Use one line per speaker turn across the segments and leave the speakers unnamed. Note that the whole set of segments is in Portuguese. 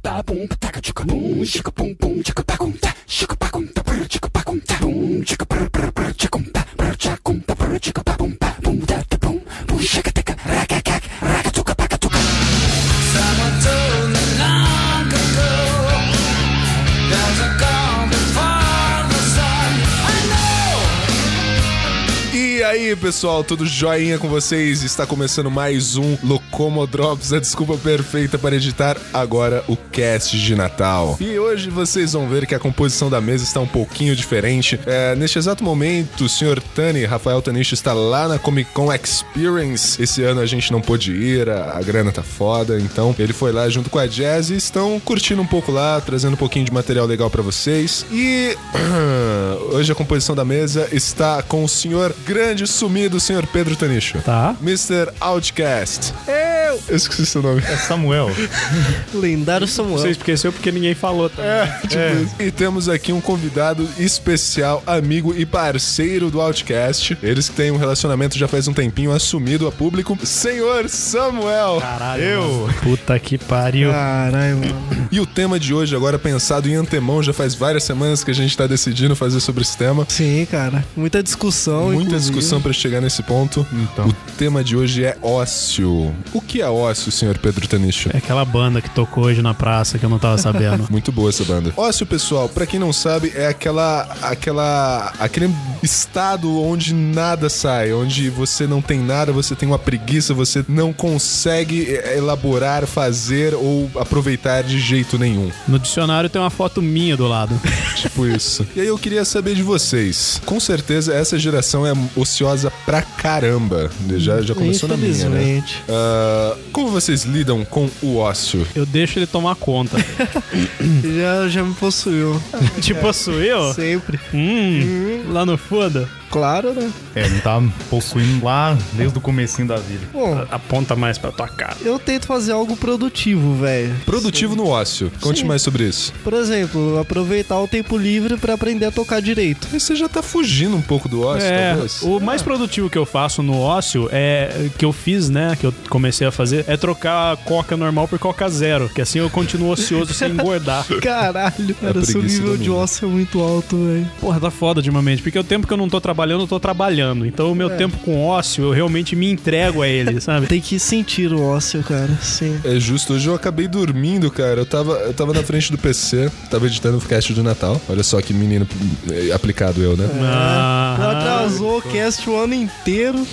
tá, bum, taca, tchuca, bum, tchuca, bum, bum, tchuca, pacum, tá, tchuca, pacum, tá, brr, tchuca, pacum, tá, bum, tchuca, brr, brr, brr, tchacum, tá, brr, tchacum, tá, brr, tchuca, pacum, tá, bum, tá, tá, bum, bum, tchaca, taca, raca, caca, raca, tchuca, paca, tchuca.
Someone told me long ago There's a calm before the sun I know
E aí, pessoal, tudo joinha com vocês? Está começando mais um Locomodrops, a desculpa perfeita para editar agora o cast de Natal. E hoje vocês vão ver que a composição da mesa está um pouquinho diferente. É, neste exato momento, o senhor Tani, Rafael Tanicho, está lá na Comic Con Experience. Esse ano a gente não pôde ir, a, a grana tá foda, então ele foi lá junto com a Jazz e estão curtindo um pouco lá, trazendo um pouquinho de material legal para vocês. E hoje a composição da mesa está com o senhor grande sumido, senhor Pedro Tanicho.
Tá.
Mr. Outcast. Eu! Eu esqueci seu nome.
Samuel.
Lendário Samuel.
Você esqueceu porque ninguém falou, tá?
Tipo isso. E temos aqui um convidado especial, amigo e parceiro do Outcast. Eles que têm um relacionamento já faz um tempinho assumido a público. Senhor Samuel!
Caralho. Eu. Ah. Puta que pariu.
Caralho, mano.
E o tema de hoje, agora pensado em antemão, já faz várias semanas que a gente tá decidindo fazer sobre esse tema.
Sim, cara. Muita discussão.
Muita
inclusive. Então.
discussão pra chegar nesse ponto. O tema de hoje é ócio. O que é ócio, senhor Pedro Tanicho?
É aquela banda que tocou hoje na praça que eu não tava sabendo.
Muito boa essa banda. Ócio, pessoal, pra quem não sabe, é aquela aquela aquele estado onde nada sai, onde você não tem nada, você tem uma preguiça, você não consegue eh, elaborar, fazer ou aproveitar de jeito nenhum.
No dicionário tem uma foto minha do lado.
Tipo isso. E aí eu queria saber de vocês. Com certeza essa geração é ociosa pra caramba. Já, já começou na minha, né?
Infelizmente.
Ah, como vocês lidam com o ócio?
Eu deixo ele tomar conta.
Já, já me possuiu.
tipo, sou eu?
Sempre.
Hum, lá no fundo.
Claro, né?
É, não tá possuindo lá desde o comecinho da vida.
Bom,
Aponta mais pra tua cara.
eu tento fazer algo produtivo, velho.
Produtivo no ócio. Conte
Sim.
mais sobre isso.
Por exemplo, aproveitar o tempo livre pra aprender a tocar direito.
Mas você já tá fugindo um pouco do ócio,
É,
talvez?
o mais produtivo que eu faço no ócio é que eu fiz, né? Que eu comecei a fazer é trocar a coca normal por coca zero. Que assim eu continuo ocioso sem engordar. É
Caralho, cara, seu
preguiça
nível de
né?
domina.
ócio é muito alto, velho.
Porra, tá foda ultimamente, porque o tempo que eu não tô trabalhando, eu tô trabalhando. Então o meu tempo com ócio, eu realmente me entrego a ele, sabe?
Tem que sentir o ócio, cara. Sim.
É justo, hoje eu acabei dormindo, cara. Eu tava, eu tava na frente do PC, tava editando o cast do Natal. Olha só que menino eh, aplicado eu,
É.
né?
Ah,
Atrasou o cast o ano inteiro.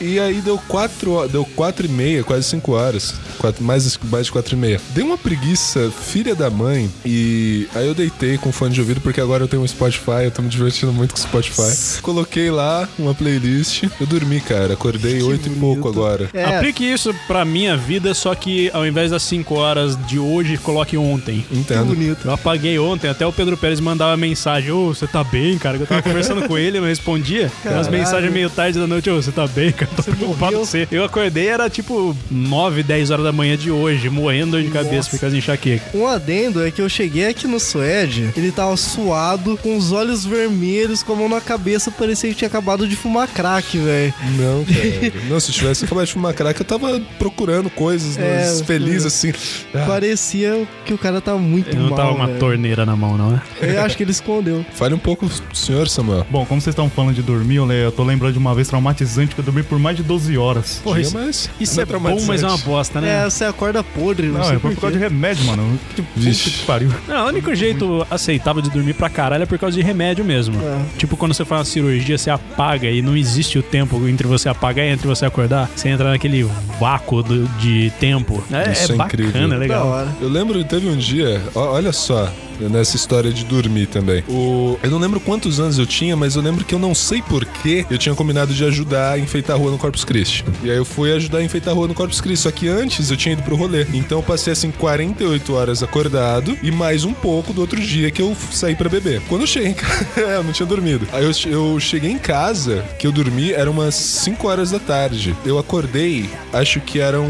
E aí deu 4 horas, deu quatro e meia, quase 5 horas. Quatro, mais, mais de 4 e meia. Deu uma preguiça, filha da mãe, e aí eu deitei com fone de ouvido, porque agora eu tenho um Spotify, eu tô me divertindo muito com o Spotify. Coloquei lá uma playlist, eu dormi, cara. Acordei 8 e pouco agora.
É.
Aplique isso pra minha vida, só que ao invés das 5 horas de hoje, coloque ontem.
Que
Entendo.
bonito.
Eu apaguei ontem, até o Pedro Pérez mandava mensagem, ô, você tá bem, cara? Que eu tava conversando com ele, eu respondia. Tem Umas
Caralho.
mensagens meio tarde da noite, ô, você tá bem, cara? Tô preocupado com você. Eu acordei, era tipo 9, 10 horas da manhã de hoje, moendo dor de cabeça por causa de enxaqueca.
Um adendo é que eu cheguei aqui no Suede, ele tava suado, com os olhos vermelhos, com a mão na cabeça, parecia que tinha acabado de fumar crack, velho.
Não, cara. Não, se eu tivesse acabado de fumar crack, eu tava procurando coisas,
É,
mas feliz assim. Ah,
Parecia que o cara tá muito
Eu não
mal,
tava uma
velho.
torneira na mão, não, né?
Eu acho que ele escondeu.
fale um pouco, senhor Samuel.
Bom, como vocês estão falando de dormir, eu le- eu tô lembrando de uma vez traumatizante que eu dormi por mais de 12 horas.
Porra,
Diga
isso-
mais.
Isso
Não
é bom, mas é uma
traumatizante.
bosta, né?
É, você acorda podre, não,
Não,
sei
é por
por
causa de
quê.
remédio, mano. Que puta
Vixe.
que pariu.
Não, o único jeito aceitável de dormir pra caralho é por causa de remédio mesmo.
É.
Tipo, quando você faz uma cirurgia, você apaga e não existe o tempo entre você apagar e entre você acordar. Você entra naquele vácuo do- de tempo. É,
Isso
é
é
bacana,
incrível.
é
Da
legal.
hora.
Eu lembro, teve um dia, ó- olha só, nessa história de dormir também. O, eu não lembro quantos anos eu tinha, mas eu lembro que eu não sei porquê eu tinha combinado de ajudar a enfeitar a rua no Corpus Christi. E aí eu fui ajudar a enfeitar a rua no Corpus Christi, só que antes eu tinha ido pro rolê. Então eu passei assim 48 horas acordado e mais um pouco do outro dia que eu f- saí pra beber. Quando eu cheguei em casa, é, eu não tinha dormido. Aí eu, che- eu cheguei em casa, que eu dormi, era umas 5 horas da tarde. Eu acordei, acho que eram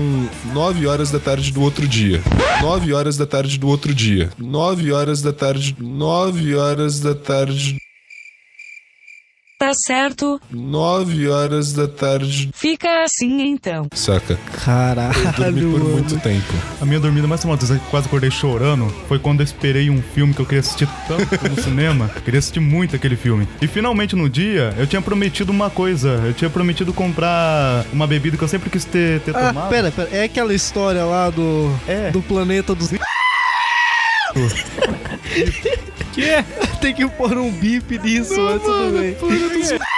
9 horas da tarde do outro dia. 9 horas da tarde do outro dia. 9 horas da tarde. 9 horas da tarde.
Tá certo?
9 horas da tarde.
Fica assim então.
Saca? Dormi
Caralho,
por
mano.
muito tempo.
A minha dormida mais traumatizante que eu quase acordei chorando foi quando eu esperei um filme que eu queria assistir tanto no cinema. Eu Queria assistir muito aquele filme. E finalmente no dia, eu tinha prometido uma coisa. Eu tinha prometido comprar uma bebida que eu sempre quis ter, ter
Ah,
tomado.
pera, pera. É aquela história lá do.
É.
Do planeta dos.
Que?
Tem que pôr um bip nisso antes tudo bem.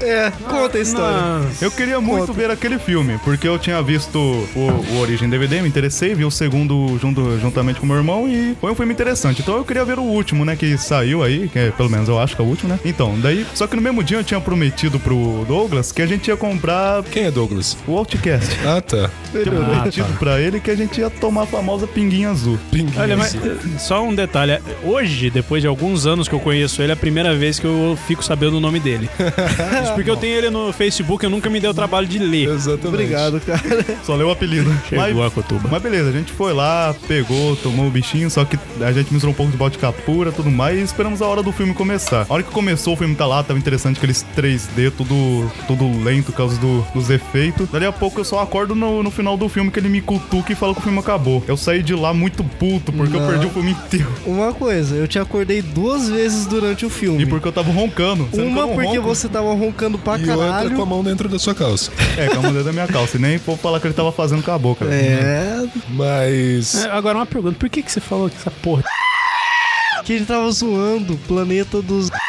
É, conta a história.
Eu queria muito
Conta.
ver aquele filme, porque eu tinha visto o, o Origem DVD, me interessei, vi o segundo junto, juntamente com meu irmão e foi um filme interessante. Então eu queria ver o último, né, que saiu aí, que é, pelo menos eu acho que é o último, né? Então, daí, só que no mesmo dia eu tinha prometido pro Douglas que a gente ia comprar
Quem é Douglas?
o Outcast.
Ah, tá.
Eu tinha prometido pra ele que a gente ia tomar a famosa pinguinha azul.
Pinguinho.
Olha, mas eh, só um detalhe. Hoje, depois de alguns anos que eu conheço ele, é a primeira vez que eu fico sabendo o nome dele. Isso porque eu tenho ele no Facebook, eu nunca me dei o trabalho de ler.
Exatamente.
Obrigado, cara.
Só leu o apelido.
Chegou
Mas-
a Cotuba.
Mas beleza, a gente foi lá, pegou, tomou o bichinho, só que a gente misturou um pouco de balde capura tudo mais e esperamos a hora do filme começar. A hora que começou, o filme tá lá, tava interessante, aqueles 3D, tudo, tudo lento por causa do- dos efeitos. Dali a pouco eu só acordo no, no final do filme que ele me cutuca e fala que o filme acabou. Eu saí de lá muito puto, porque eu
Não.
perdi o filme inteiro.
Uma coisa, eu te acordei duas vezes durante o filme.
E porque eu tava roncando. sendo que eu
Uma
não
porque
ronco.
você tava roncando pra
E outra com a
caralho.
mão dentro da sua calça.
É, com a mulher da minha calça. E nem vou falar que ele tava fazendo com a boca. velho.
É,
Mas.
Eh, Agora uma pergunta, por que, que você falou que essa porra?
que ele tava zoando o planeta dos.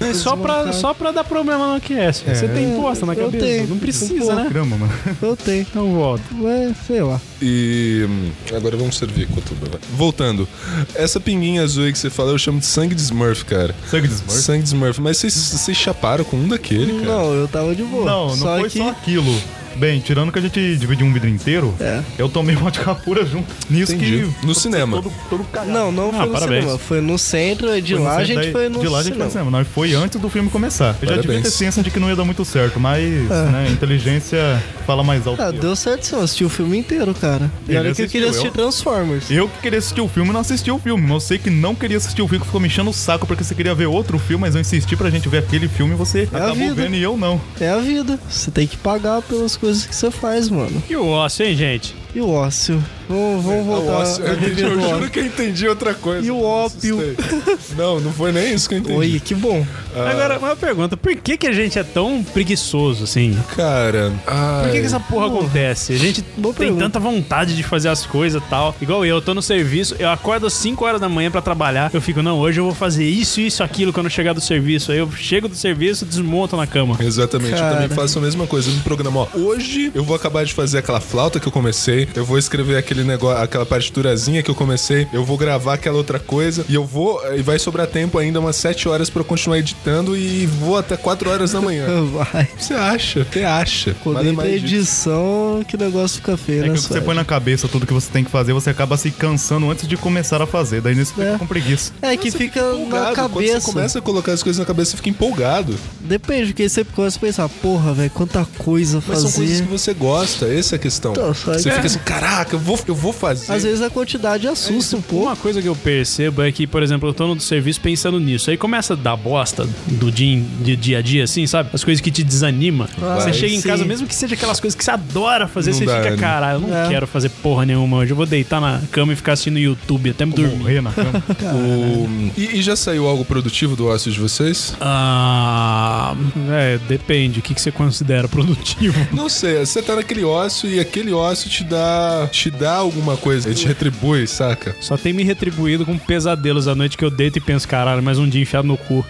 É Só pra,
desmontar.
só pra dar problema no QS. você tem imposta na
É. eu
cabeça.
tenho.
Não precisa,
Um
né?
Grama, mano.
Eu tenho.
Então volta.
Ué, sei lá.
E. hum, Agora vamos servir, Cotuba. vai. Voltando. Essa pinguinha azul aí que você fala, eu chamo de sangue de Smurf, cara.
Sangue de Smurf.
Sangue de Smurf. Mas vocês, vocês chaparam com um daquele, cara?
Não, eu tava de boa.
Não, não
só
foi
que
só aquilo. Bem, tirando que a gente dividiu um vidro inteiro,
É.
eu tomei uma de capura junto. Nisso
Entendi.
que.
No cinema.
Todo, todo cagado.
Não, não foi no
parabéns.
cinema. Foi no centro, e de
Ah, Foi no
lá a
centro,
gente
daí-
foi no
De lá a gente foi
cinema.
no cinema. Nós foi antes do filme começar. Eu já devia ter
Parabéns.
ciência de que não ia dar muito certo, mas né, inteligência fala mais alto.
É. Ah,
que eu.
deu certo sim, eu assisti o filme inteiro, cara. E
Ele
olha que eu queria
assistiu,
assistir
eu-
Transformers.
Eu que queria assistir o filme não assisti o filme. mas Eu sei que não queria assistir o filme, que ficou me enchendo o saco porque você queria ver outro filme, mas eu insisti pra gente ver aquele filme e você acabou
É vida.
vendo e eu não.
É a vida. Você tem que pagar pelas coisas que você faz, mano.
E o ócio, hein, gente?
E o ócio? Vamos, vamos
Ah,
voltar
nossa,
a
eu, entendi,
viver
eu
do
juro
ócio.
que eu entendi outra coisa.
é, E o ópio?
Assustei. Não, não foi nem isso que eu entendi.
Oi, que bom.
Agora, uma pergunta, por que, que a gente é tão preguiçoso assim?
Cara. Ai,
Por que, que essa porra acontece? A gente tem
Boa pergunta.
tanta vontade de fazer as coisas e tal. Igual eu, eu tô no serviço, eu acordo às 5 horas da manhã pra trabalhar. Eu fico, não, hoje eu vou fazer isso, isso, aquilo quando eu chegar do serviço. Aí eu chego do serviço, desmonto na cama.
Exatamente, eu também faço a mesma coisa. Eu me programo, ó, hoje eu vou acabar de fazer aquela flauta que eu comecei, eu vou escrever aquele negócio, aquela partiturazinha que eu comecei, eu vou gravar aquela outra coisa e eu vou e vai sobrar tempo ainda umas 7 horas pra eu continuar editando e vou até 4 horas da manhã.
Vai.
Você acha? Você acha?
Quando
Mas é
entra
mais disso.
edição, que negócio fica feio,
É
né,
que o que você
Suede?
põe na cabeça tudo que você tem que fazer, você acaba se cansando antes de começar a fazer. Daí nisso fica
É.
com preguiça.
É que fica na
Empolgado. Quando
cabeça.
você começa a colocar as coisas na cabeça, você fica empolgado.
Depende, porque você começa a pensar, porra, velho, quanta coisa
Mas são coisas que
fazer.
você gosta, essa é a questão.
Tá, sabe?
você fica assim, caraca, eu vou, eu vou fazer.
Às vezes a quantidade assusta um pouco.
Uma coisa que eu percebo é que, por exemplo, eu tô no serviço pensando nisso. Aí começa a dar bosta do dia, de dia a dia, assim, sabe? As coisas que te desanima. você
vai,
chega em
sim.
casa, mesmo que seja aquelas coisas que você adora fazer,
Não
você
dá,
fica,
né?
caralho, eu não
É.
quero fazer porra nenhuma hoje. Eu vou deitar na cama e ficar assistindo YouTube até me
é?
dormir.
Morrer na cama.
O- E, e já saiu algo produtivo do ócio de vocês?
Ah, é, depende. O que, que você considera produtivo?
Não sei, você tá naquele ócio e aquele ócio te dá. te dá alguma coisa, ele te retribui, saca?
Só tem me retribuído com pesadelos à noite que eu deito e penso, caralho, mais um dia enfiado no cu.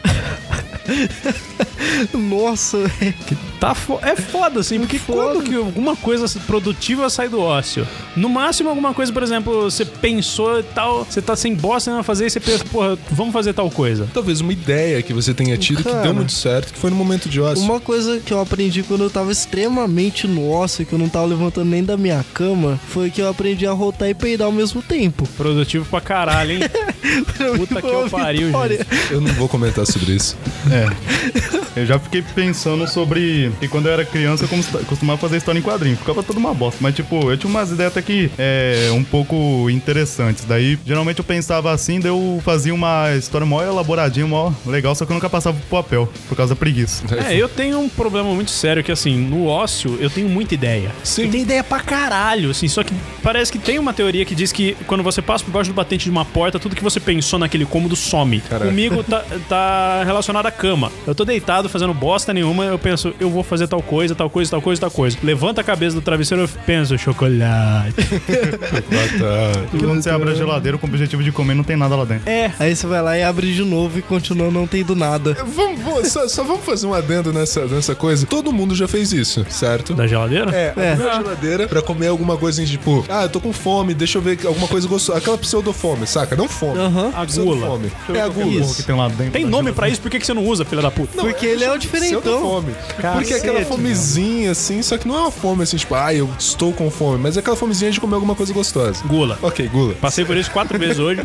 Nossa, velho.
Tá fo- é foda, assim, porque
foda.
quando que alguma coisa produtiva sai do ócio? No máximo, alguma coisa, por exemplo, você pensou e tal, você tá sem bosta nenhuma a fazer e você pensa, porra, vamos fazer tal coisa.
Talvez uma ideia que você tenha tido que
Cara.
deu muito certo, que foi no momento de ócio.
Uma coisa que eu aprendi quando eu tava extremamente no ócio, que eu não tava levantando nem da minha cama, foi que eu aprendi a rotar e peidar ao mesmo tempo.
Produtivo pra caralho, hein? Puta que eu pariu, gente.
Eu não vou comentar sobre isso.
É. Eu já fiquei pensando sobre. que quando eu era criança, eu cons- costumava fazer história em quadrinho. Ficava toda uma bosta. Mas, tipo, eu tinha umas ideias até que é, um pouco interessantes. Daí, geralmente eu pensava assim, daí eu fazia uma história mó elaboradinha, mó legal, só que eu nunca passava pro papel, por causa da preguiça.
É, eu tenho um problema muito sério que, assim, no ócio eu tenho muita ideia.
Sim.
Eu tenho ideia pra caralho, assim, só que parece que tem uma teoria que diz que quando você passa por baixo do batente de uma porta, tudo que você pensou naquele cômodo some.
Caraca.
Comigo tá, tá relacionado à cama. Eu tô deitado fazendo bosta nenhuma, eu penso, eu vou fazer tal coisa, tal coisa, tal coisa, tal coisa. Levanta a cabeça do travesseiro, eu penso, chocolate.
Tá.
Porque quando você abre a geladeira com o objetivo de comer, não tem nada lá dentro.
É,
Aí você vai lá e abre de novo e continua não tendo nada.
Vamos, vamos- só, só vamos fazer um adendo nessa, nessa coisa. Todo mundo já fez isso, certo?
da geladeira?
É,
É.
abrir a geladeira pra comer alguma coisa em tipo, ah, eu tô com fome, deixa eu ver que- alguma coisa gostosa. Aquela pseudo-fome, saca? Não fome.
Aham.
A gula.
Pseudo-fome. É a gula.
Porra, que tem lá dentro.
Tem nome pra isso, por que, que você não usa, filha da puta?
Porque ele é o diferentão.
Pseudo-fome. Porque é aquela
Cacete,
fomezinha assim, só que não é uma fome assim, tipo, ah, eu estou com fome, mas é aquela fomezinha de comer alguma coisa gostosa.
Gula.
Ok, gula.
Passei por isso quatro vezes hoje.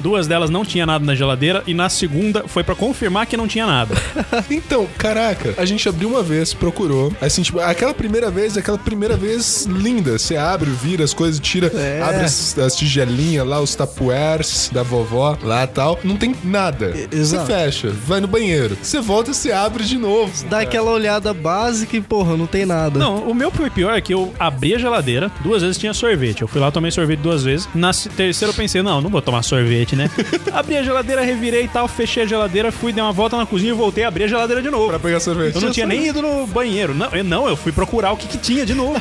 Duas delas não tinha nada na geladeira e na segunda foi pra confirmar que não tinha nada.
Então, caraca, a gente abriu uma vez, procurou. Assim, tipo, aquela primeira vez, aquela primeira vez linda. Você abre, vira as coisas, tira,
É.
abre as, as tigelinhas lá, os tapuers da vovó lá e tal. Não tem nada. Você
exato.
fecha, vai no banheiro. Você volta e você abre de novo.
Dá aquela olhada básica e, porra, não tem nada.
Não, o meu foi pior é que eu abri a geladeira, duas vezes tinha sorvete. Eu fui lá, tomei sorvete duas vezes. Na se- terceira eu pensei, não, não vou tomar sorvete, né? abri a geladeira, revirei e tal, fechei a geladeira, fui, dei uma volta na cozinha e voltei a abrir a geladeira de novo.
Pra pegar sorvete.
Eu não tinha nem ido no banheiro. Não, eu, não, eu fui procurar o que, que tinha de novo.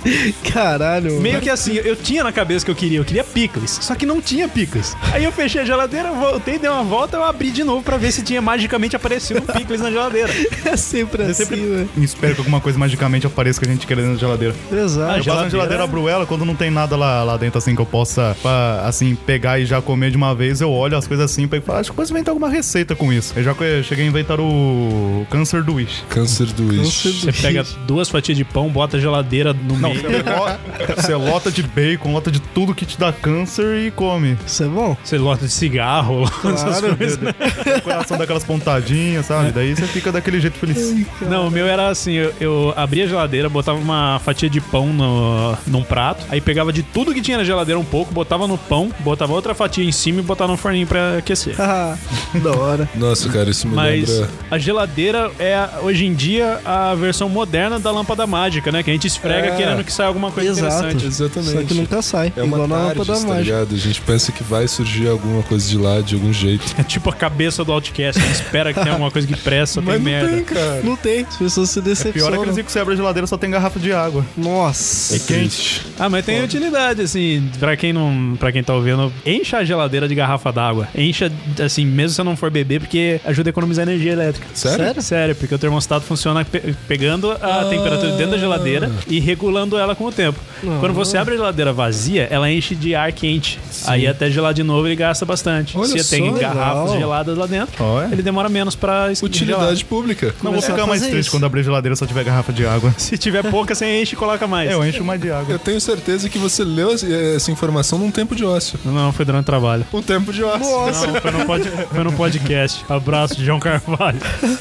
Caralho.
Meio que assim, eu tinha na cabeça que eu queria, eu queria picles, só que não tinha picles. Aí eu fechei a geladeira, voltei, dei uma volta, eu abri de novo pra ver se tinha magicamente aparecido um picles na geladeira.
que é sempre assim,
sempre-
velho.
Espero que alguma coisa magicamente apareça que a gente quer dentro da geladeira.
Exato.
Ah,
Eu passo na geladeira, abro ela, quando não tem nada lá, lá dentro, assim, que eu possa, pra, assim, pegar e já comer de uma vez, eu olho as coisas assim, pego e falo, acho que eu posso inventar alguma receita com isso. Eu já co- cheguei a inventar o câncer do Wish.
Câncer do
Câncer
isso.
Você pega duas fatias de pão, bota a geladeira no
Não,
meio.
você lo- você lota de bacon, lota de tudo que te dá câncer e come.
Isso é bom.
Você lota de cigarro, essas
Claro.
coisas.
né? O coração daquelas pontadinhas, sabe? Daí você fica daquele jeito feliz.
Não, o meu era assim, eu, eu abria a geladeira, botava uma fatia de pão no, num prato, aí pegava de tudo que tinha na geladeira um pouco, botava no pão, botava outra fatia em cima e botava no forninho pra aquecer.
Ah, da hora.
Nossa, cara, isso me
Mas
lembra.
a geladeira é hoje em dia a versão moderna da lâmpada mágica, né? Que a gente esfrega
É.
querendo que saia alguma coisa
Exato.
interessante.
Exatamente.
Só que nunca sai.
É uma
igual na
tarde,
lâmpada da
tá
mágica.
ligado? A gente pensa que vai surgir alguma coisa de lá, de algum jeito.
É tipo a cabeça do Outcast, que espera que tenha alguma coisa que presta, tem merda.
cara.
Não tem. As pessoas se
Pior é
decepcionam.
aqueles que você abre a geladeira só tem garrafa de água.
Nossa.
Então Quente.
Ah, mas tem utilidade, assim, pra quem não. para quem tá ouvindo, encha a geladeira de garrafa d'água. Encha, assim, mesmo se você não for beber, porque ajuda a economizar energia elétrica.
Sério? Ah.
Sério, porque o termostato funciona pe- pegando a temperatura dentro da geladeira e regulando ela com o tempo. Quando você abre a geladeira vazia, ela enche de ar quente. Aí até gelar de novo ele gasta bastante.
Olha
Se tem
só,
garrafas
legal.
geladas lá dentro,
Olha.
ele demora menos pra esque- gelar.
Utilidade pública.
Não vou
Começar
ficar
a
mais
É, fazer
triste
isso.
quando abrir a geladeira só tiver garrafa de água.
Se tiver pouca, você enche e coloca mais.
É, eu encho uma de água.
Eu tenho certeza que você leu essa- essa informação num tempo de ócio.
Não, foi durante o trabalho.
Um tempo de ócio.
Não, foi no, pod- foi no podcast. Abraço, João Carvalho.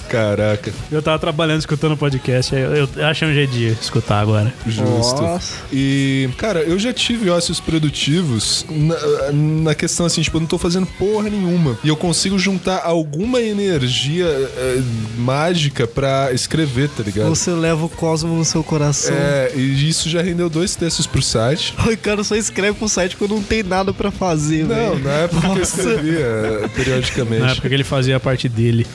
Caraca,
Eu tava trabalhando escutando o podcast, aí eu, eu achei um jeito de escutar agora.
justo.
Nossa.
E, cara, eu já tive ócios produtivos na, na questão assim, tipo, eu não tô fazendo porra nenhuma. E eu consigo juntar alguma energia eh, mágica pra escrever, tá ligado?
Você leva o cosmo no seu coração.
É, e isso já rendeu dois textos pro site.
O cara só escreve pro site quando não tem nada pra fazer,
Não,
velho.
na época eu escrevia eh, periodicamente.
Na época que ele fazia a parte dele.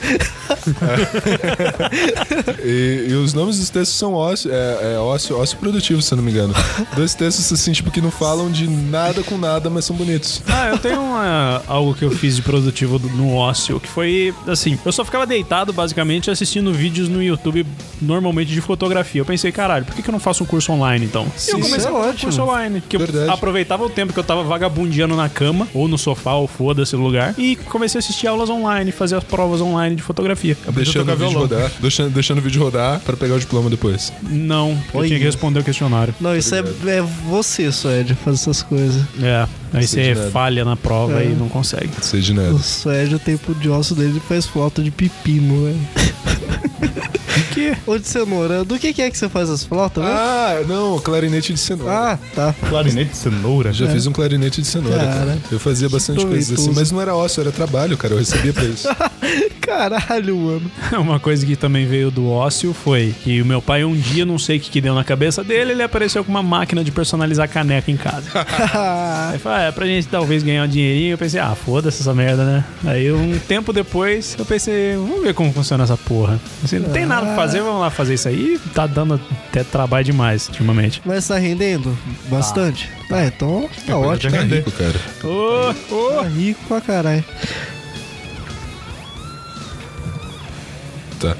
E, e os nomes dos textos são ócio, é, é ócio, ócio produtivo, se eu não me engano. Dois textos, assim, tipo, que não falam de nada com nada, mas são bonitos.
Ah, eu tenho uma- algo que eu fiz de produtivo do- no ócio, que foi assim: eu só ficava deitado, basicamente, assistindo vídeos no YouTube, normalmente de fotografia. Eu pensei, caralho, por que, que eu não faço um curso online então? E eu
Sim,
comecei
isso é
a fazer um
ótimo.
curso online. Que eu
Verdade.
aproveitava o tempo que eu tava vagabundeando na cama, ou no sofá, ou foda-se o lugar, e comecei a assistir aulas online, fazer as provas online de fotografia.
Deixando o vídeo rodar. Deixando, deixando o vídeo rodar pra pegar o diploma depois.
Não, eu
Olha.
tinha que responder o questionário.
Não, isso é, é você, Suede, fazer essas coisas.
É, aí
Sei
você
de nada.
falha na prova
É.
e não consegue.
Sei de nada.
O Suede, o tempo de osso dele faz falta de pepino, velho.
Que?
Ou de cenoura. Do que, que é que você faz as flautas, né?
Ah, não, clarinete de cenoura.
Ah, tá.
Clarinete, cenoura.
Já fiz um clarinete de cenoura, cara.
Cara.
Eu fazia bastante
Tô
coisas assim,
idoso.
mas não era ócio, era trabalho, cara. Eu recebia pra isso.
Caralho, mano.
Uma coisa que também veio do ócio foi que o meu pai um dia, não sei o que, que deu na cabeça dele, ele apareceu com uma máquina de personalizar caneca em casa. Aí falou, ah, é pra gente talvez ganhar um dinheirinho. Eu pensei, ah, foda-se essa merda, né? Aí um tempo depois, eu pensei, vamos ver como funciona essa porra. Assim, não tem nada pra fazer, vamos lá fazer isso aí. Tá dando até trabalho demais ultimamente.
Mas tá rendendo bastante? Ah, então tá ótimo.
Tá rico, cara.
Ô, ô!
Tá rico pra caralho.
Tá.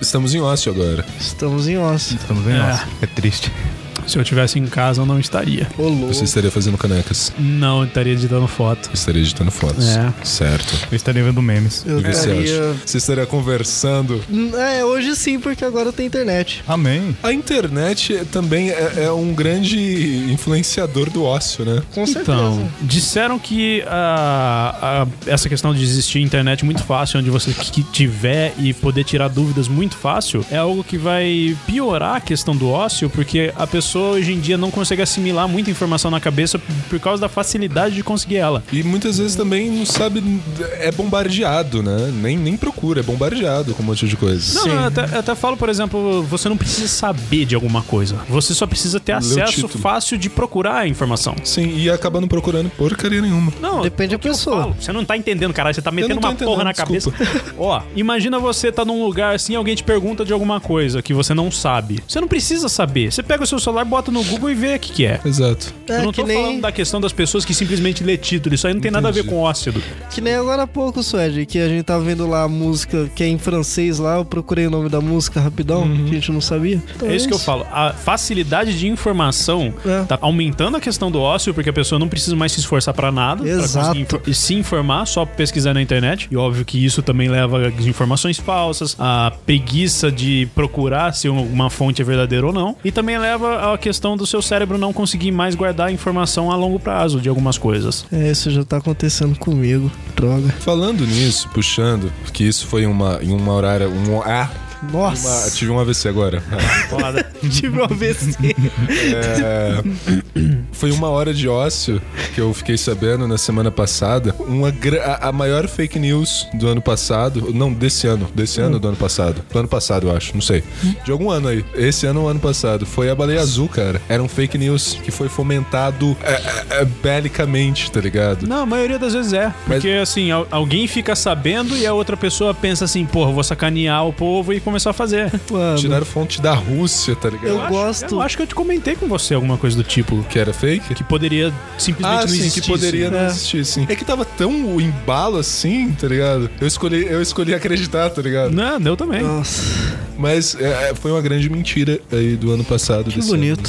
Estamos em ócio agora.
Estamos em osso.
Estamos vendo?
É.
Nossa, é triste.
Se eu tivesse em casa, eu não estaria.
Ô, louco.
Você estaria fazendo canecas.
Não, eu estaria editando foto.
Estaria editando fotos.
É.
Certo.
Eu estaria vendo memes.
Eu
E você
estaria...
acha? Você estaria conversando.
É, hoje sim, porque agora tem internet.
Amém.
A internet também é, é um grande influenciador do ócio, né?
Com certeza.
Então, disseram que ah, a- essa questão de existir internet muito fácil, onde você que que tiver e poder tirar dúvidas muito fácil, é algo que vai piorar a questão do ócio, porque a pessoa hoje em dia não consegue assimilar muita informação na cabeça por causa da facilidade de conseguir ela.
E muitas vezes também não sabe. É bombardeado, né? Nem, nem procura, é bombardeado com um monte de coisas.
Não, não, eu até, eu até falo, por exemplo, você não precisa saber de alguma coisa. Você só precisa ter
o
acesso
título.
fácil de procurar a informação.
Sim, e acaba não procurando porcaria nenhuma.
Não,
Depende da
o que eu
pessoa.
falo, Você não tá entendendo, caralho. Você tá metendo
não tô
uma porra
entendendo,
na cabeça. Ó, imagina você tá num lugar assim, alguém te pergunta de alguma coisa que você não sabe. Você não precisa saber. Você pega o seu celular, bota no Google e vê o que, que é.
Exato.
É,
Eu não
que
tô
nem,
falando da questão das pessoas que simplesmente lê título. Isso aí não tem nada a ver
Entendi.
com ócido.
que nem agora há pouco, Suede, que a gente tava vendo lá a música que é em francês lá, eu procurei o nome da música rapidão, que a gente não sabia. Então
Uhum. É isso que eu falo. A facilidade de informação
É.
tá aumentando a questão do ócio, porque a pessoa não precisa mais se esforçar pra nada. pra
Exato.
conseguir infor- e se informar só pesquisar na internet. E óbvio que isso também leva a informações falsas, a preguiça de procurar se uma fonte é verdadeira ou não. E também leva a questão do seu cérebro não conseguir mais guardar informação a longo prazo de algumas coisas.
É, isso já tá acontecendo comigo. Droga.
Falando nisso, puxando, porque isso foi uma, em uma horária. Um, ah, uma-
Nossa,
tive um AVC agora.
Foda.
tive um AVC.
É, Foi uma hora de ócio que eu fiquei sabendo na semana passada. Uma gra- a, a maior fake news do ano passado. Não, desse ano. Desse ano ou do ano passado? Do ano passado, eu acho. Não sei. De algum ano aí. Esse ano ou ano passado. Foi a baleia azul, cara. Era um fake news que foi fomentado é, é, é, belicamente, tá ligado?
Não, a maioria das vezes é. Porque, assim, al- alguém fica sabendo e a outra pessoa pensa assim, porra, eu vou sacanear o povo e começar a fazer.
Mano,
Tiraram fonte da Rússia, tá ligado?
Eu
acho-
gosto-
Eu acho que eu te comentei com você alguma coisa do tipo.
Que era fake?
Que poderia simplesmente
Ah,
não
sim,
existir.
que poderia não
É.
existir, sim. É que tava tão o embalo assim, tá ligado? Eu escolhi, eu escolhi acreditar, tá ligado?
Não, eu também.
Ah.
nossa.
Mas é, é, foi uma grande mentira aí do ano passado. Que
bonito.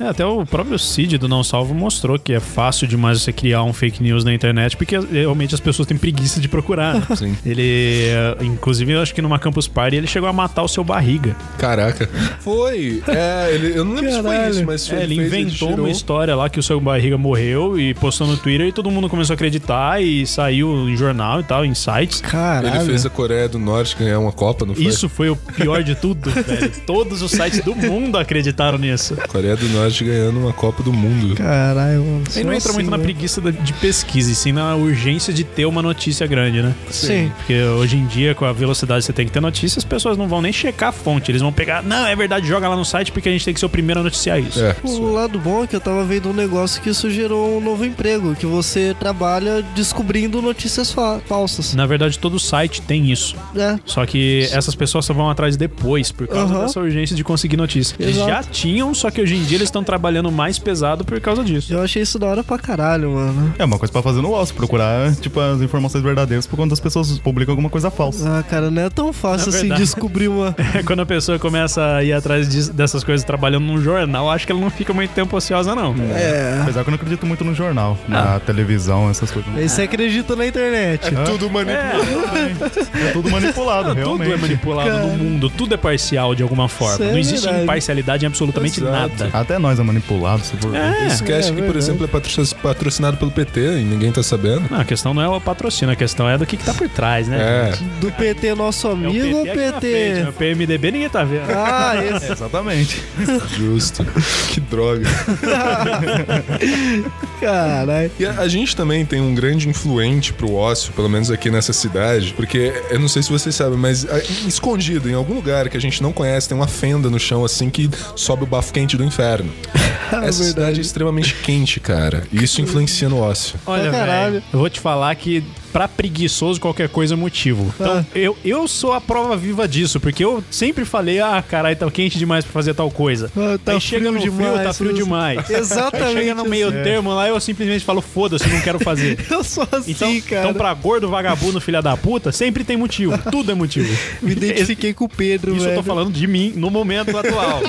É, até o próprio Cid do Não Salvo mostrou que é fácil demais você criar um fake news na internet, porque realmente as pessoas têm preguiça de procurar. né?
Sim.
Ele, eh, inclusive, eu acho que numa Campus Party ele chegou a matar o seu barriga.
Caraca. Foi. É, ele- eu não lembro se foi
Caralho.
isso, mas foi,
É, ele
fez,
inventou
tirou.
uma história lá que o seu barriga morreu e postou no Twitter e todo mundo começou a acreditar e saiu em jornal e tal, em sites.
Caralho.
Ele fez a Coreia do Norte ganhar uma Copa, não foi?
Isso foi o pior de tudo, velho. Todos os sites do mundo acreditaram nisso.
Coreia do Norte ganhando uma Copa do Mundo.
Caralho, mano.
Aí não
só
entra muito
assim,
na
né?
preguiça da- de pesquisa, e sim na urgência de ter uma notícia grande, né?
Sim.
Porque hoje em dia, com a velocidade que você tem que ter notícia, as pessoas não vão nem checar a fonte. Eles vão pegar, não, é verdade, joga lá no site porque a gente tem que ser o primeiro a noticiar isso.
É.
O lado bom é que eu tava vendo um negócio que isso gerou um novo emprego, que você trabalha descobrindo notícias fa- falsas.
Na verdade, todo site tem isso.
É.
Só que essas pessoas só vão atrás depois, por causa
Aham.
dessa urgência de conseguir notícia. Eles
Exato.
já tinham, só que hoje em dia eles estão trabalhando mais pesado por causa disso.
Eu achei isso da hora pra caralho, mano.
É uma coisa pra fazer no osso, procurar, tipo, as informações verdadeiras por quando as pessoas publicam alguma coisa falsa.
Ah, cara, não é tão fácil
É
assim
verdade.
descobrir uma.
É quando a pessoa começa a ir atrás disso- dessas coisas trabalhando num jornal, acho que ela não fica muito tempo ociosa, não.
É.
Apesar que eu não acredito muito no jornal,
Ah.
na televisão, essas coisas.
Aí você acredita na internet.
É.
Tudo manipulado.
É tudo manipulado,
Tudo
realmente.
é manipulado no mundo, tudo tudo é parcial de alguma forma.
Isso é
não existe
verdade.
imparcialidade em absolutamente
Exato.
nada.
Até nós é manipulado, se for. ver.
É.
Esquece que,
É,
por
verdade.
exemplo, é patro- patrocinado pelo PT e ninguém tá sabendo.
Não, a questão não é o patrocínio, a questão é do que, que tá por trás, né?
É,
Do PT nosso
É o
amigo ou
PT aqui na frente, né?
PT?
O PMDB ninguém tá vendo.
Ah, esse.
É, Exatamente.
justo. que droga.
Caralho.
E a, a gente também tem um grande influente pro ócio, pelo menos aqui nessa cidade, porque eu não sei se vocês sabem, mas a- escondido em algum lugar que a gente não conhece, tem uma fenda no chão assim que sobe o bafo quente do inferno. Essa cidade é extremamente quente, cara. E isso influencia no ócio.
Olha,
Pra caralho.
velho, eu vou te falar que pra preguiçoso qualquer coisa é motivo.
Tá.
Então, eu, eu sou a prova viva disso, porque eu sempre falei, ah, caralho, tá quente demais pra fazer tal coisa.
Ah, tá
Aí chega
frio
no frio,
demais,
tá frio
isso.
demais.
Exatamente
Aí chega no meio
isso. É.
termo lá, eu simplesmente falo, foda-se, não quero fazer.
Eu sou assim,
Então,
cara.
então, pra gordo, vagabundo, filha da puta, sempre tem motivo. Tudo é motivo.
Me identifiquei com o Pedro,
Isso eu
velho.
tô falando de mim no momento atual.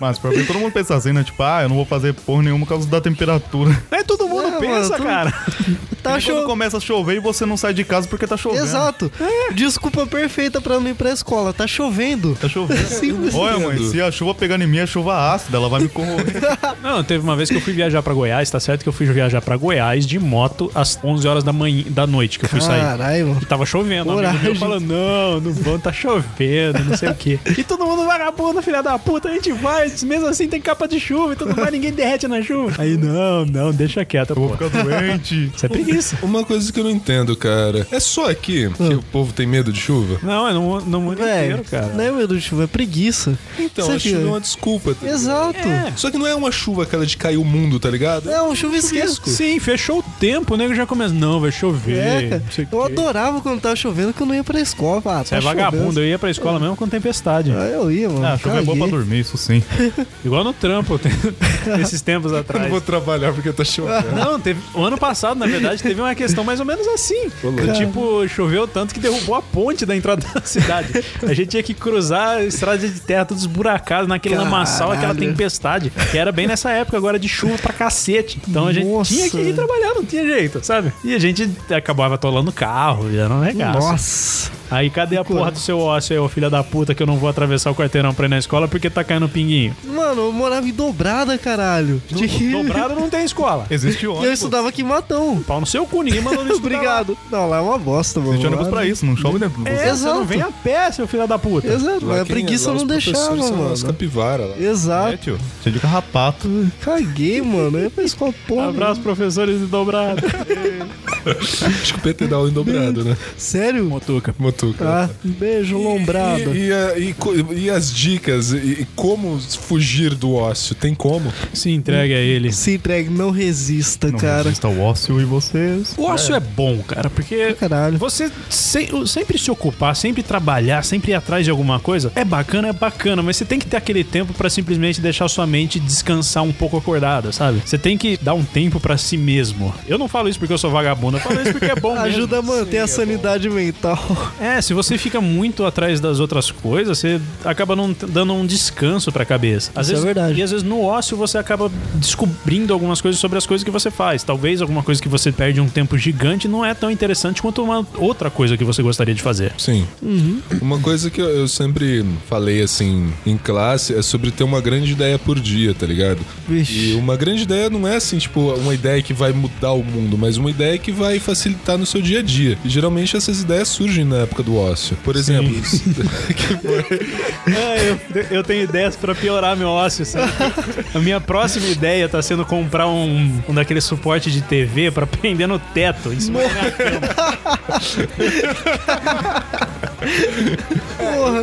Mas pra mim, todo mundo pensa assim, né? Tipo, ah, eu não vou fazer porra nenhuma por causa da temperatura.
Mas todo mundo
É,
pensa,
mano, todo-
cara.
Tá
Aí quando
chovendo.
começa a chover e você não sai de casa porque tá chovendo.
Exato.
É.
Desculpa perfeita pra não ir pra escola. Tá chovendo.
Tá chovendo.
Simples.
Olha, mãe, se a chuva pegando em mim, é chuva ácida, ela vai me corroer.
Não, teve uma vez que eu fui viajar pra Goiás, tá certo que eu fui viajar pra Goiás de moto às 11 horas da manhã da noite que eu fui sair.
Caralho, mano.
E tava chovendo, um amigo meu
Coragem.
falando, não, não vão, tá chovendo, não sei o quê. E todo mundo vagabundo, filha da puta, a gente vai, mesmo assim tem capa de chuva e tudo mais, ninguém derrete na chuva. Aí, não, não, deixa quieto,
Eu
pô.
vou ficar doente.
Isso é preguiça.
Uma coisa que eu não entendo, cara. É só aqui que
Hum.
o povo tem medo de chuva?
Não, é no, no mundo
Velho,
inteiro, cara.
não é medo de chuva, é preguiça.
Então,
Você
a chuva é
fica-
uma desculpa. tá ligado?
Exato. É,
Só que não é uma chuva aquela de cair o mundo, tá
É.
ligado?
um chuvisquisco.
Sim, fechou o tempo, o nego já começa. Não, vai chover.
É, cara.
não sei o
Eu
quê."
adorava quando tava chovendo que eu não ia pra escola. Ah,
Você é vagabundo, eu ia pra escola mesmo com tempestade.
Ah, eu ia, mano.
Ah, a chuva é boa pra
Caguei.
dormir, isso sim.
Igual no trampo, tem- esses tempos
Eu não
atrás.
vou trabalhar porque tá chovendo.
Não, teve, o ano passado, na verdade, teve uma questão mais ou menos assim.
louco.
Tipo, choveu tanto que derrubou a ponte da entrada da cidade. A gente tinha que cruzar a estrada de terra, todos esburacados, naquele lamaçal, aquela tempestade, que era bem nessa época agora de chuva pra cacete. Então a gente
Nossa.
tinha que ir trabalhar, não tinha jeito, sabe? E a gente acabava atolando o carro, já não regaço.
Nossa.
Aí cadê a porra do seu ócio aí, ô filha da puta, que eu não vou atravessar o quarteirão pra ir na escola porque tá caindo pinguinho?
Mano, eu morava em dobrada, caralho. De-
Dobrado não tem escola.
Existe
E eu
ônibus.
estudava aqui em Matão.
Pau no seu cu, ninguém mandou no
Obrigado. Não, lá é uma bosta, mano.
Existe ônibus
Lá-
pra isso, não chove nem.
É, você não
Exato.
vem a pé, seu filho da puta.
é?
Exato, mas a preguiça não deixava, mano.
Os capivara lá.
É, tipo-
Exato.
tio. Cheio de carrapato.
Caguei, mano. Eu ia pra escola, porra.
Abraço, professores de dobrado.
Acho que o PT dá aula em dobrado, né?
Sério?
Motuca.
Motuca.
Ah, um beijo, lombrada.
E, e, a- e co- e as dicas? E, e como fugir do ócio? Tem como?
Se entregue a ele.
Se entregue, não resista,
Não
cara.
resista ao ócio e vocês.
O ócio é, bom, cara, porque
Caralho.
você se- sempre se ocupar, sempre trabalhar, sempre ir atrás de alguma coisa, é bacana, é bacana, mas você tem que ter aquele tempo pra simplesmente deixar sua mente descansar um pouco acordada, sabe? Você tem que dar um tempo pra si mesmo. Eu não falo isso porque eu sou vagabundo, eu falo isso porque é bom mesmo.
Ajuda a manter a sanidade mental.
É, se você fica muito atrás das outras coisas, você acaba não t- dando um descanso pra cabeça. Às
Isso é
vezes,
verdade.
E às vezes no ócio você acaba descobrindo algumas coisas sobre as coisas que você faz. Talvez alguma coisa que você perde um tempo gigante não é tão interessante quanto uma outra coisa que você gostaria de fazer.
Sim.
Uhum.
Uma coisa que eu, eu sempre falei, assim, em classe é sobre ter uma grande ideia por dia, tá ligado? E
Vixe.
uma grande ideia não é, assim, tipo, uma ideia que vai mudar o mundo, mas uma ideia que vai facilitar no seu dia a dia. E geralmente essas ideias surgem na época do ócio. Por exemplo,
É, eu, eu tenho ideias pra piorar meu ócio, sabe? A minha próxima ideia tá sendo comprar um, um daquele suporte de TV pra prender no teto, em cima da minha cama.
Porra,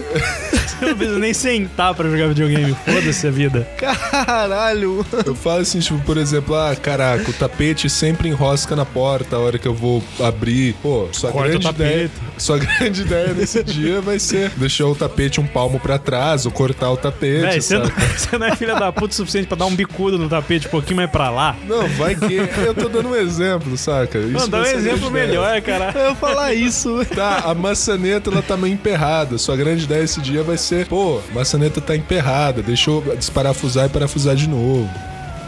Eu não preciso nem sentar pra jogar videogame. Foda-se a vida.
caralho.
Eu falo assim, tipo, por exemplo, ah, caraca, o tapete sempre enrosca na porta a hora que eu vou abrir. Pô, sua
Corta o
grande
tapete.
ideia. Sua grande ideia nesse dia vai ser deixar o tapete um palmo pra trás ou cortar o tapete.
Véi, você não,
sabe?
você não é filha da puta o suficiente pra dar um bicudo no tapete um pouquinho mais pra lá.
Não, vai que. Eu tô dando um exemplo, saca? Isso
Mano, dá um
vai ser a
exemplo
grande ideia.
melhor, cara.
Eu ia falar isso.
Tá, a maçaneta ela tá meio emperrada. Sua grande ideia esse dia vai ser, pô, a maçaneta tá emperrada, deixa eu desparafusar e parafusar de novo.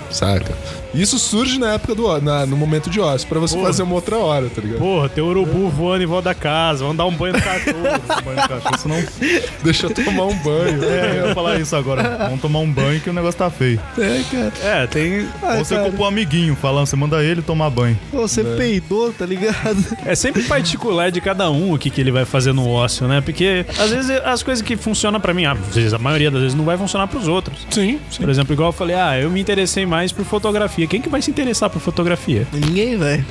saca? Isso surge na época do ó- na, no momento de ócio, pra você fazer uma outra hora, tá ligado?
Porra, tem urubu voando em volta da casa, vamos dar um banho no cachorro.
Banho de cachorro, senão.
Deixa eu tomar um banho.
É, eu ia falar isso agora. Vamos tomar um banho que o negócio tá feio.
É, cara.
é, tem.
Ai,
Ou você
cara,
culpa o amiguinho falando, você manda ele tomar banho.
Você peidou, tá ligado?
É sempre particular de cada um o que, que ele vai fazer no ócio, né? Porque às vezes as coisas que funcionam pra mim, às vezes, a maioria das vezes não vai funcionar pros outros.
Sim,
Por exemplo, igual eu falei, ah, eu me interessei mais por fotografia. Quem que vai se interessar por fotografia?
Ninguém, velho.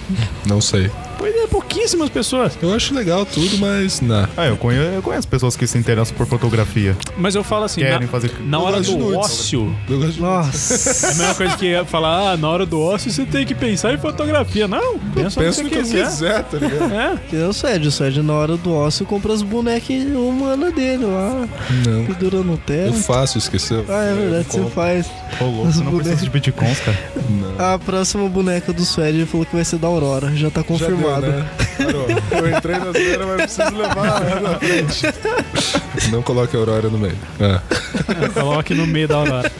Não sei.
Pois é, pouquíssimas pessoas.
Eu acho legal tudo, mas não.
Ah, eu conheço, eu conheço pessoas que se interessam por fotografia.
Mas eu falo assim,
Querem
na,
fazer-
na hora
Douglas
do
Nunes.
ócio,
Eu gosto de-
é
Nossa.
a mesma coisa que falar, ah, na hora do ócio você tem que pensar em fotografia. Não, pensa no que
Pensa
você
no que eu
quiser.
quiser, tá ligado?
É,
Que nem o Sérgio. O Sérgio, na hora do ócio, compra as bonecas humanas dele lá,
Não.
pendura no
Eu
teto.
faço, esqueceu?
É. Ah, é verdade, você faz.
Ô, louco, você não precisa de bitcoins, cara.
A próxima boneca do Sérgio falou que vai ser da Aurora. Já tá
Já deu,
confirmado.
né? Parou. Eu entrei na zoeira, mas preciso levar ela na frente. Não coloque a Aurora no meio. É.
coloque no meio da hora.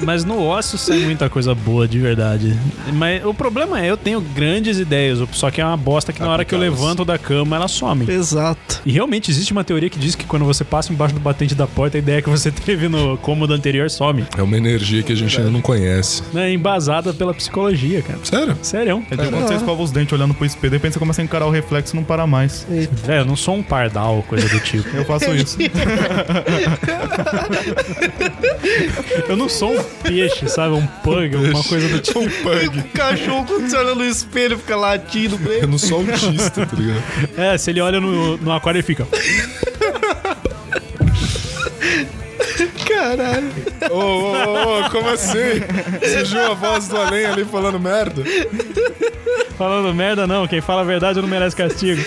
Mas no ócio sai muita coisa boa, de verdade. Mas o problema é, eu tenho grandes ideias, só que é uma bosta que na hora que eu
Aplicá-las.
levanto da cama, ela some.
Exato.
E realmente existe uma teoria que diz que quando você passa embaixo do batente da porta, a ideia que você teve no cômodo anterior some.
É uma energia que a gente ainda não conhece.
Né? Embasada pela psicologia, cara.
Sério?
Sério.
É tipo quando você escova os dentes olhando pro espelho, de repente você começa a encarar o reflexo e não para mais.
É, eu não sou um pardal, coisa do tipo.
Eu faço
É
isso.
Eu não sou um peixe, sabe? Um pug, alguma coisa do
um
tipo.
O cachorro, quando você olha no espelho, fica latindo.
Eu não sou autista, tá ligado?
É, se ele olha no, no aquário e fica.
Caralho.
Ô, ô, ô, como assim? Surgiu a voz do além ali falando merda?
Falando merda, não. Quem fala a verdade não merece castigo.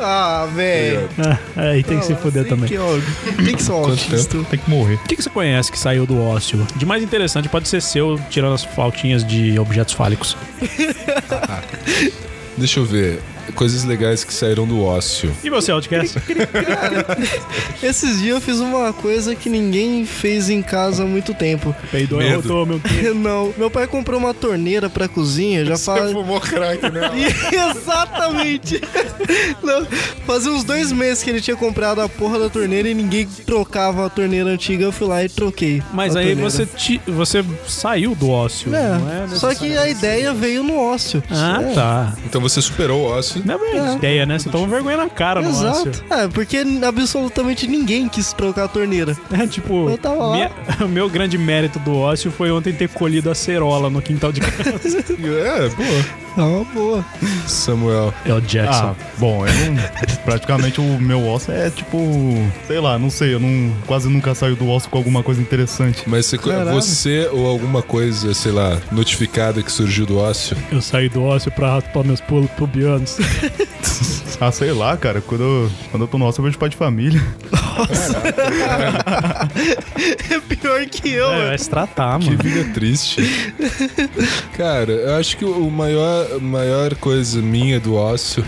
Ah, velho.
Ah, aí tem que se fuder
Tem
também.
assim que, ó, tem que ser um
Quanto
autista.
Tem que morrer.
O que, que você conhece que saiu do ócio? De mais interessante, pode ser seu, tirando as flautinhas de objetos fálicos.
Deixa eu ver. Coisas legais que saíram do ócio.
E você, Outcast?
Esses dias eu fiz uma coisa que ninguém fez em casa há muito tempo.
Peidou e
Medo.
rotou, meu Deus.
Não. Meu pai comprou uma torneira pra cozinha, já faz.
fumou crack, né?
Exatamente! Não, fazia uns dois meses que ele tinha comprado a porra da torneira e ninguém trocava a torneira antiga. Eu fui lá e troquei.
Mas
a
aí
torneira.
você, ti- você saiu do ócio, não é?
É, só que a ideia veio no ócio.
Ah,
É,
tá.
Então você superou o ócio.
Não é uma ideia, né? Você toma vergonha na cara no ócio.
Exato. É, porque absolutamente ninguém quis trocar a torneira.
É tipo,
Eu tava lá.
minha- o meu grande mérito do ócio foi ontem ter colhido a cerola no quintal de casa.
É, boa.
É uma boa.
Samuel.
É o Jackson.
Ah, bom, eu não- praticamente o meu osso é tipo, sei lá, não sei, eu não quase nunca saio do osso com alguma coisa interessante.
Mas você,
Caralho.
você ou alguma coisa, sei lá, notificada que surgiu do ócio?
Ah, Eu saí do ócio pra raspar meus pulos pubianos.
Ah, sei lá, cara, quando eu, quando eu tô no osso eu vejo pai de família.
É pior que eu,
É,
mano.
vai se tratar,
Que
mano.
vida triste. Cara, eu acho que o maior, a maior coisa minha do ócio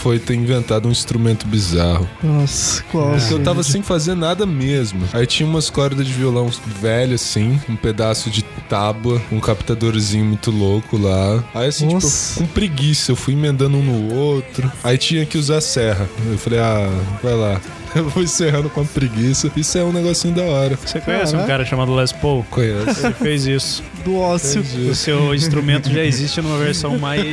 foi ter inventado um instrumento bizarro.
Nossa, qual?
Porque eu
gente?
tava sem fazer nada mesmo. Aí tinha umas cordas de violão velho, assim, um pedaço de tábua, um captadorzinho muito louco lá. Aí assim, tipo,
Nossa.
eu- com preguiça, eu fui emendando um no outro. Aí tinha que usar serra. Eu falei, ah, vai lá. Eu vou encerrando com a preguiça. Isso é um negocinho da hora.
Você conhece um
Caraca.
cara chamado Les Paul?
Conhece?
Ele fez isso.
Do ócio.
O seu instrumento já existe numa versão mais,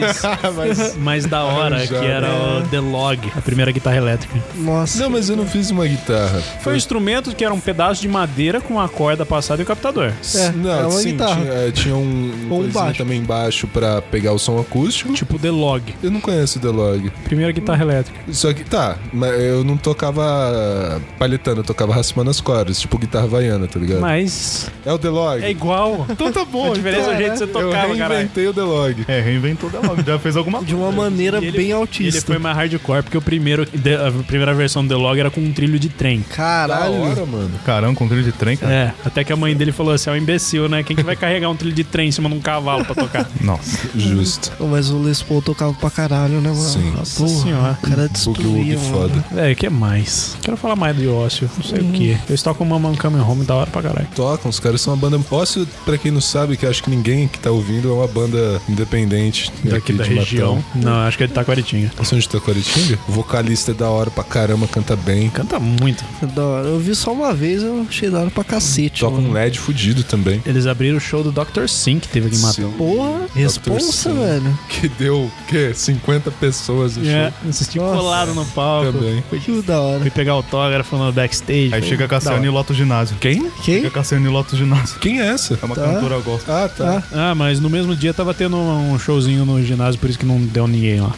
mais da hora, que
Arranjado.
era o The Log, a primeira guitarra elétrica.
É. Nossa.
Não, mas eu não fiz uma guitarra.
Foi um instrumento que era um pedaço de madeira com uma corda passada e o captador.
É,
não,
é uma
sim,
guitarra.
tinha, é, tinha um,
Ou um
coisinha
baixo.
também baixo pra pegar o som acústico.
Tipo The Log,
Eu não conheço o The Log.
primeira guitarra elétrica.
Só que tá, mas eu não tocava palhetando, eu tocava raspando as cordas, tipo guitarra vaiana, tá ligado?
Mas
É o The Log.
é igual.
então tá bom.
A diferença é o jeito que você tocava,
eu
caralho.
reinventei o The Log.
É, reinventou da logo, já fez alguma
De uma maneira
E ele-
bem
E Ele
autista.
foi mais hardcore, porque o primeiro, de- a primeira versão do The Log era com um trilho de trem.
Da
Caralho.
hora, mano.
Caramba, com trilho de trem, cara.
É, até que a mãe dele falou assim: é um imbecil, né? Quem que vai carregar um trilho de trem em cima de um cavalo pra tocar?
Nossa.
Justo.
Pô, Mas o Les Paul tocava pra caralho, né, mano?
Sim.
Ah,
Nossa
Porra,
senhora.
o cara
Boogie
destruía,
Woogie
mano.
foda.
É, o que mais? Quero falar mais do ócio, não sei o que. Eles tocam Maman Coming Home da hora pra caralho.
Tocam, os caras são uma banda. Ócio, pra quem não sabe, que eu acho que ninguém que tá ouvindo, é uma banda independente daqui,
Daqui da
de
região.
Matão.
Não, acho que é de Taquaritinga.
São de Taquaritinga? O vocalista é da hora pra caramba, canta bem.
Canta muito.
É Da hora. Eu vi só uma vez, eu achei da hora pra cacete.
Toca um
mano.
LED fudido também.
Eles abriram o show do Dr. Sim que teve aqui em Mato.
Sim.
Porra,
um
responsa,
Sim.
velho.
Que deu, o quê? 50 pessoas no
É,
show.
assisti
Nossa.
colado no palco.
Também.
Que da hora.
Fui pegar autógrafo no backstage.
Aí
Foi
chega a Cassiane e
da hora.
lota o ginásio.
Quem?
Quem?
Chega a Cassiane e lota o ginásio.
Quem é essa?
É uma
Tá.
cantora eu gosto.
Ah, tá.
Ah.
Ah, mas no mesmo dia tava tendo um showzinho no ginásio, por isso que não deu ninguém lá.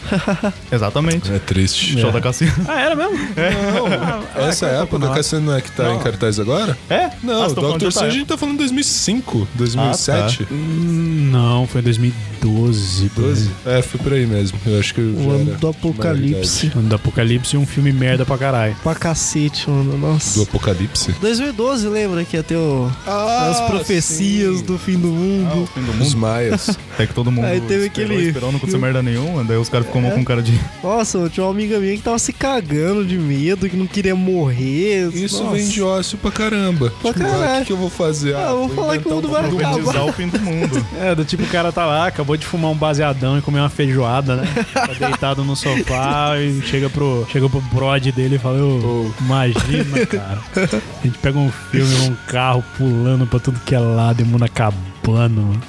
Exatamente.
É triste.
Show da Cassiane.
Ah, era mesmo?
é
Essa época, a Cassiano não é que tá em cartaz agora?
É?
Não,
Ah, você tá falando de
Dr.
outra
Sun a gente tá falando
Ah,
2005,
tá.
2007.
Hum, Não, foi em 2012.
12? É, foi por aí mesmo. Eu acho que.
O ano do apocalipse.
Ano do Apocalipse e um filme merda pra caralho.
Pra cacete, mano.
Do
Nossa.
apocalipse?
2012, lembra que ia ter o-
Ah,
as profecias do fim do
Ah, o
mundo.
fim do
Os
mundo.
maias.
Até É que todo mundo
Aí teve
esperou,
aquele-
esperou, não aconteceu merda nenhuma. Daí os caras ficam mal com cara de...
Nossa, tinha uma amiga minha que tava se cagando de medo, que não queria morrer.
Isso
Nossa.
vem de ócio pra caramba.
Pra
Tipo, ah,
caralho.
O que, que eu vou fazer?
Ah, eu vou falar que o
inventar
mundo vai
um
acabar.
documento.
Profetizar o fim do mundo.
É, do tipo o cara tá lá, acabou de fumar um baseadão e comer uma feijoada, né? Tá deitado no sofá e chega pro, chega pro brode dele e fala: "Ô, Imagina, cara. A gente pega um filme, um carro pulando pra tudo que é lado e o mundo acabando. mano."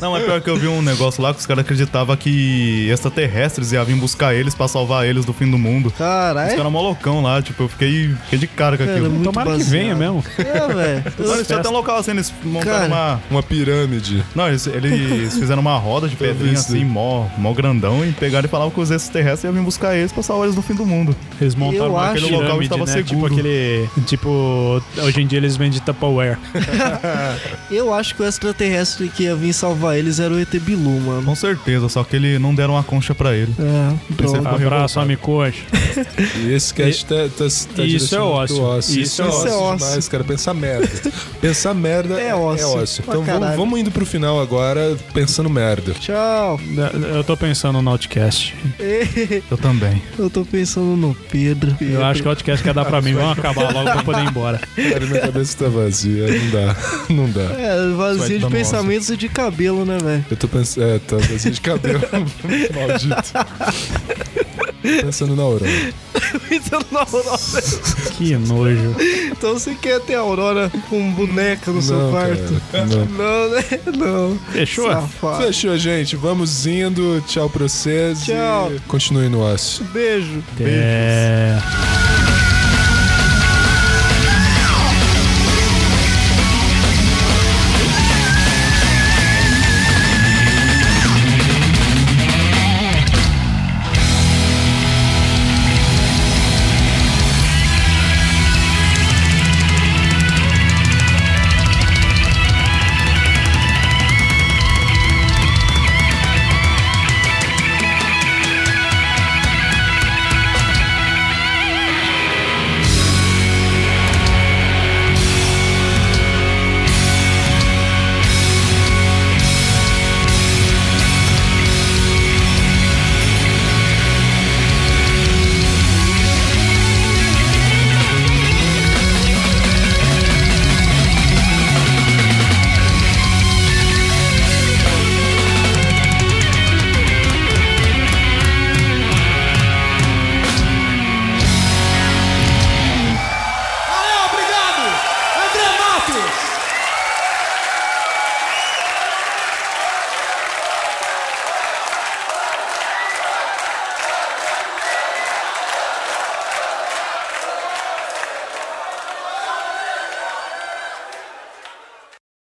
Não, é pior que eu vi um negócio lá que os caras acreditavam que extraterrestres iam vir buscar eles pra salvar eles do fim do mundo. Os
Caralho.
caras mó loucão lá, tipo, eu fiquei, fiquei de cara com
Cara,
aquilo.
muito
Tomara que
baseado.
venha mesmo.
É,
Não,
velho.
eles tinham até um local assim, eles montaram
Cara.
uma.
Uma pirâmide.
Não, eles, eles fizeram uma roda de pedrinha
isso
assim,
aí.
mó, mó grandão, e pegaram e falavam que os extraterrestres iam vir buscar eles pra salvar eles do fim do mundo.
Eles montaram
Eu
uma
acho-
pirâmide,
Aquele local estava
né? Tipo
seguro.
aquele. Tipo, hoje em dia eles vendem Tupperware.
Eu acho que o extraterrestre que ia vir salvar eles era o ET Bilu, mano.
Com certeza, só que eles não deram uma concha pra ele.
É,
Pensei-
pronto.
Correu
Abraço,
voltado.
amicoxa.
E esse cast tá, tá, tá
Isso
direcionado
é ócio.
pro ócio. Isso,
Isso é
é
ócio.
ócio demais, cara. Pensar merda. Pensar merda
É ócio. Pra
Então vamos,
caralho.
vamos indo pro final agora pensando merda.
Tchau.
Eu tô pensando no Outcast.
Eu também.
Eu tô pensando no Pedro.
Eu acho que o Outcast quer dar pra mim. Vamos acabar logo pra eu poder ir embora.
Cara, minha cabeça tá vazia. Não dá. Não dá.
É,
Vai
vazio
dar
de
uma
pensamentos e de cabelo, né, velho?
Eu tô pensando. É, tá vazio de cabelo. Maldito. Pensando na Aurora.
Então, na Aurora.
Que nojo.
Então você quer ter a Aurora com boneca no seu
Não,
quarto?
cara, não.
Não, né? Não.
Fechou?
Safado.
Fechou, gente. Vamos indo. Tchau pra vocês. e
Tchau.
Continue no ócio.
Beijo.
É.
Tchau.